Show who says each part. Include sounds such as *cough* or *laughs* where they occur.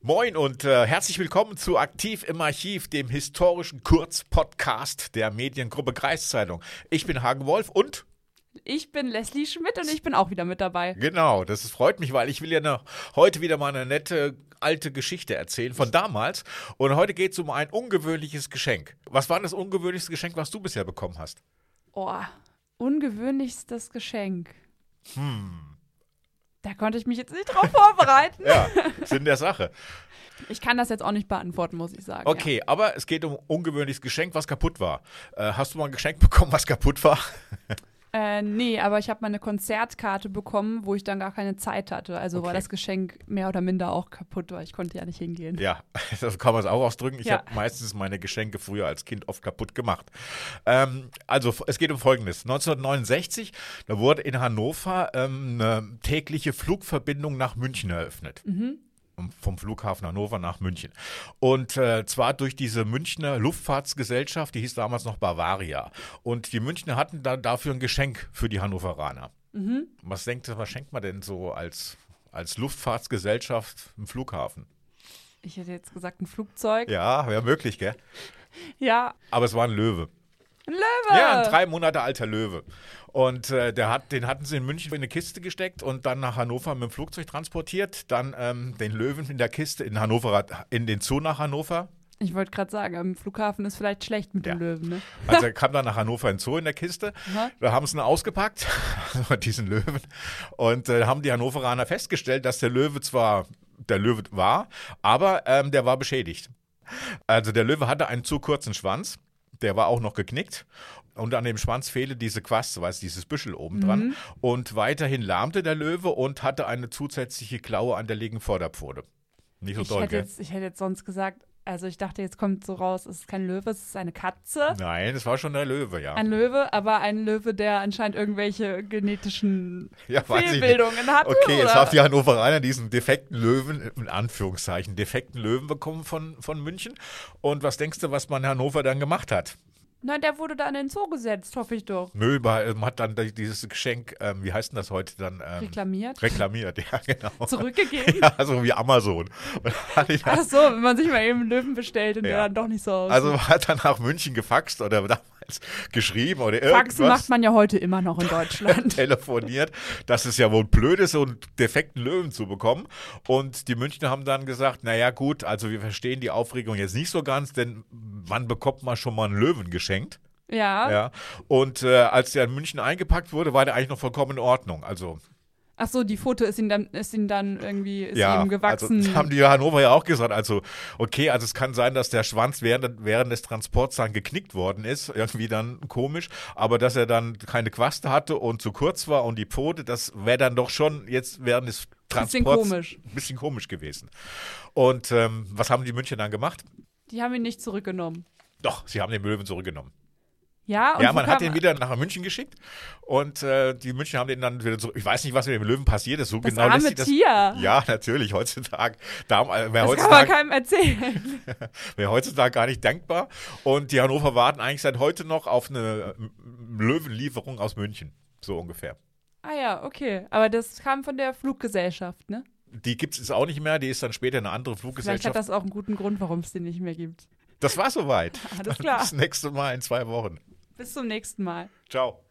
Speaker 1: Moin und äh, herzlich willkommen zu Aktiv im Archiv, dem historischen Kurzpodcast der Mediengruppe Kreiszeitung. Ich bin Hagen Wolf und
Speaker 2: Ich bin Leslie Schmidt und ich bin auch wieder mit dabei.
Speaker 1: genau, das freut mich, weil ich will ja noch heute wieder mal eine nette alte Geschichte erzählen von damals. Und heute geht es um ein ungewöhnliches Geschenk. Was war denn das ungewöhnlichste Geschenk, was du bisher bekommen hast?
Speaker 2: Oh, ungewöhnlichstes Geschenk. Hm.
Speaker 1: Hm.
Speaker 2: Da konnte ich mich jetzt nicht drauf *laughs* vorbereiten.
Speaker 1: Ja, Sinn der Sache.
Speaker 2: Ich kann das jetzt auch nicht beantworten, muss ich sagen.
Speaker 1: Okay, aber es geht um ein ungewöhnliches Geschenk, was kaputt war. Äh, hast du mal ein Geschenk bekommen, was kaputt war?
Speaker 2: Ja. Äh, nee, aber ich habe meine Konzertkarte bekommen, wo ich dann gar keine Zeit hatte. Also war
Speaker 1: Okay.
Speaker 2: das Geschenk mehr oder minder auch kaputt, weil ich konnte ja nicht hingehen.
Speaker 1: Ja, *laughs* so kann man es auch ausdrücken. Ich
Speaker 2: Ja.
Speaker 1: habe meistens meine Geschenke früher als Kind oft kaputt gemacht. Ähm, also f- es geht um Folgendes. 1969, da wurde in Hannover ähm, eine tägliche Flugverbindung nach München eröffnet. Um- Vom Flughafen Hannover nach München. Und äh, zwar durch diese Münchner Luftfahrtsgesellschaft, die hieß damals noch Bavaria. Und die Münchner hatten dann dafür ein Geschenk für die Hannoveraner. Was denkt ihr, was schenkt man denn so als, als Luftfahrtsgesellschaft im Flughafen?
Speaker 2: Ich hätte jetzt gesagt, ein Flugzeug. Ja,
Speaker 1: Ja, wäre möglich, gell? Aber es war ein Löwe.
Speaker 2: ein Löwe.
Speaker 1: Ja, ein drei Monate alter Löwe. Und äh, der hat, den hatten sie in München in eine Kiste gesteckt und dann nach Hannover mit dem Flugzeug transportiert. Dann ähm, den Löwen in der Kiste in Hannover, in den Zoo nach Hannover.
Speaker 2: ich wollte gerade sagen, am Flughafen ist vielleicht schlecht mit
Speaker 1: Ja.
Speaker 2: dem Löwen. Ne?
Speaker 1: Also er kam dann nach Hannover in den Zoo in der Kiste.
Speaker 2: Aha.
Speaker 1: Da haben sie ihn ausgepackt, *laughs* diesen Löwen. Und äh, haben die Hannoveraner festgestellt, dass der Löwe zwar der Löwe war, aber ähm, der war beschädigt. Also der Löwe hatte einen zu kurzen Schwanz, der war auch noch geknickt. Und an dem Schwanz fehle diese Quaste, weißt du, dieses Büschel oben dran.
Speaker 2: Mhm.
Speaker 1: Und weiterhin lahmte der Löwe und hatte eine zusätzliche Klaue an der linken Vorderpfote. Nicht so
Speaker 2: Ich,
Speaker 1: doll,
Speaker 2: hätte
Speaker 1: gell?
Speaker 2: jetzt, ich hätte jetzt sonst gesagt, also ich dachte, jetzt kommt so raus, es ist kein Löwe, es ist eine Katze.
Speaker 1: Nein, es war schon der Löwe, ja.
Speaker 2: Ein Löwe, aber ein Löwe, der anscheinend irgendwelche genetischen
Speaker 1: Ja, weiß ich nicht.
Speaker 2: Fehlbildungen hatte.
Speaker 1: Okay, jetzt
Speaker 2: oder?
Speaker 1: habt ihr Hannoveraner diesen defekten Löwen, in Anführungszeichen, defekten Löwen bekommen von, von München. Und was denkst du, was man in Hannover dann gemacht hat?
Speaker 2: Nein, der wurde da in den Zoo gesetzt, hoffe ich doch.
Speaker 1: Nö, bei- ähm, hat dann dieses Geschenk, ähm, wie heißt denn das heute dann? Ähm,
Speaker 2: Reklamiert.
Speaker 1: Reklamiert, *laughs* ja, genau. *laughs*
Speaker 2: Zurückgegeben.
Speaker 1: Ja, so wie Amazon. *laughs* Und hat ihn dann-
Speaker 2: Ach so, wenn man sich mal eben einen Löwen bestellt und der
Speaker 1: Ja.
Speaker 2: dann doch nicht so aussieht.
Speaker 1: Also hat er nach München gefaxt oder damals geschrieben oder irgendwas.
Speaker 2: Faxen macht man ja heute immer noch
Speaker 1: *laughs*
Speaker 2: in Deutschland.
Speaker 1: telefoniert, dass es ja wohl blöd ist, so einen defekten Löwen zu bekommen. Und die Münchner haben dann gesagt, naja gut, also wir verstehen die Aufregung jetzt nicht so ganz, denn wann bekommt man schon mal einen Löwen geschenkt?
Speaker 2: ja.
Speaker 1: Ja. Und äh, als der in München eingepackt wurde, war der eigentlich noch vollkommen in Ordnung. Also
Speaker 2: Ach so, die Foto ist ihm dann, ist ihm dann irgendwie ist
Speaker 1: ja,
Speaker 2: ihm gewachsen.
Speaker 1: Also, das *laughs* haben die Hannover ja auch gesagt. Also, okay, also es kann sein, dass der Schwanz während, während des Transports dann geknickt worden ist, *laughs* irgendwie dann komisch, aber dass er dann keine Quaste hatte und zu kurz war und die Pfote, das wäre dann doch schon jetzt während des
Speaker 2: Bisschen
Speaker 1: Transports
Speaker 2: komisch.
Speaker 1: ein bisschen komisch gewesen. Und ähm, was haben die München dann gemacht?
Speaker 2: die haben ihn nicht zurückgenommen.
Speaker 1: Doch, sie haben den Löwen zurückgenommen.
Speaker 2: Ja, und
Speaker 1: ja,
Speaker 2: wo
Speaker 1: man hat
Speaker 2: kam-
Speaker 1: den wieder nach München geschickt und äh, die München haben den dann wieder zurück. Ich weiß nicht, was mit dem Löwen passiert ist. So
Speaker 2: das
Speaker 1: genau lässt
Speaker 2: arme
Speaker 1: sich das.
Speaker 2: Tier.
Speaker 1: Ja, natürlich, heutzutage. Damals, wer
Speaker 2: das kann
Speaker 1: heutzutage
Speaker 2: man keinem erzählen.
Speaker 1: Wäre heutzutage gar nicht dankbar. Und die Hannover warten eigentlich seit heute noch auf eine ähm, Löwenlieferung aus München. So ungefähr.
Speaker 2: *laughs* Ah ja, okay. Aber das kam von der Fluggesellschaft, ne?
Speaker 1: Die gibt es jetzt auch nicht mehr. Die ist dann später eine andere
Speaker 2: Vielleicht hat
Speaker 1: Fluggesellschaft. Das,
Speaker 2: das auch einen guten Grund, warum es den nicht mehr gibt.
Speaker 1: war soweit.
Speaker 2: Alles *laughs* klar.
Speaker 1: Das nächste Mal in zwei Wochen.
Speaker 2: Bis zum nächsten Mal.
Speaker 1: Ciao.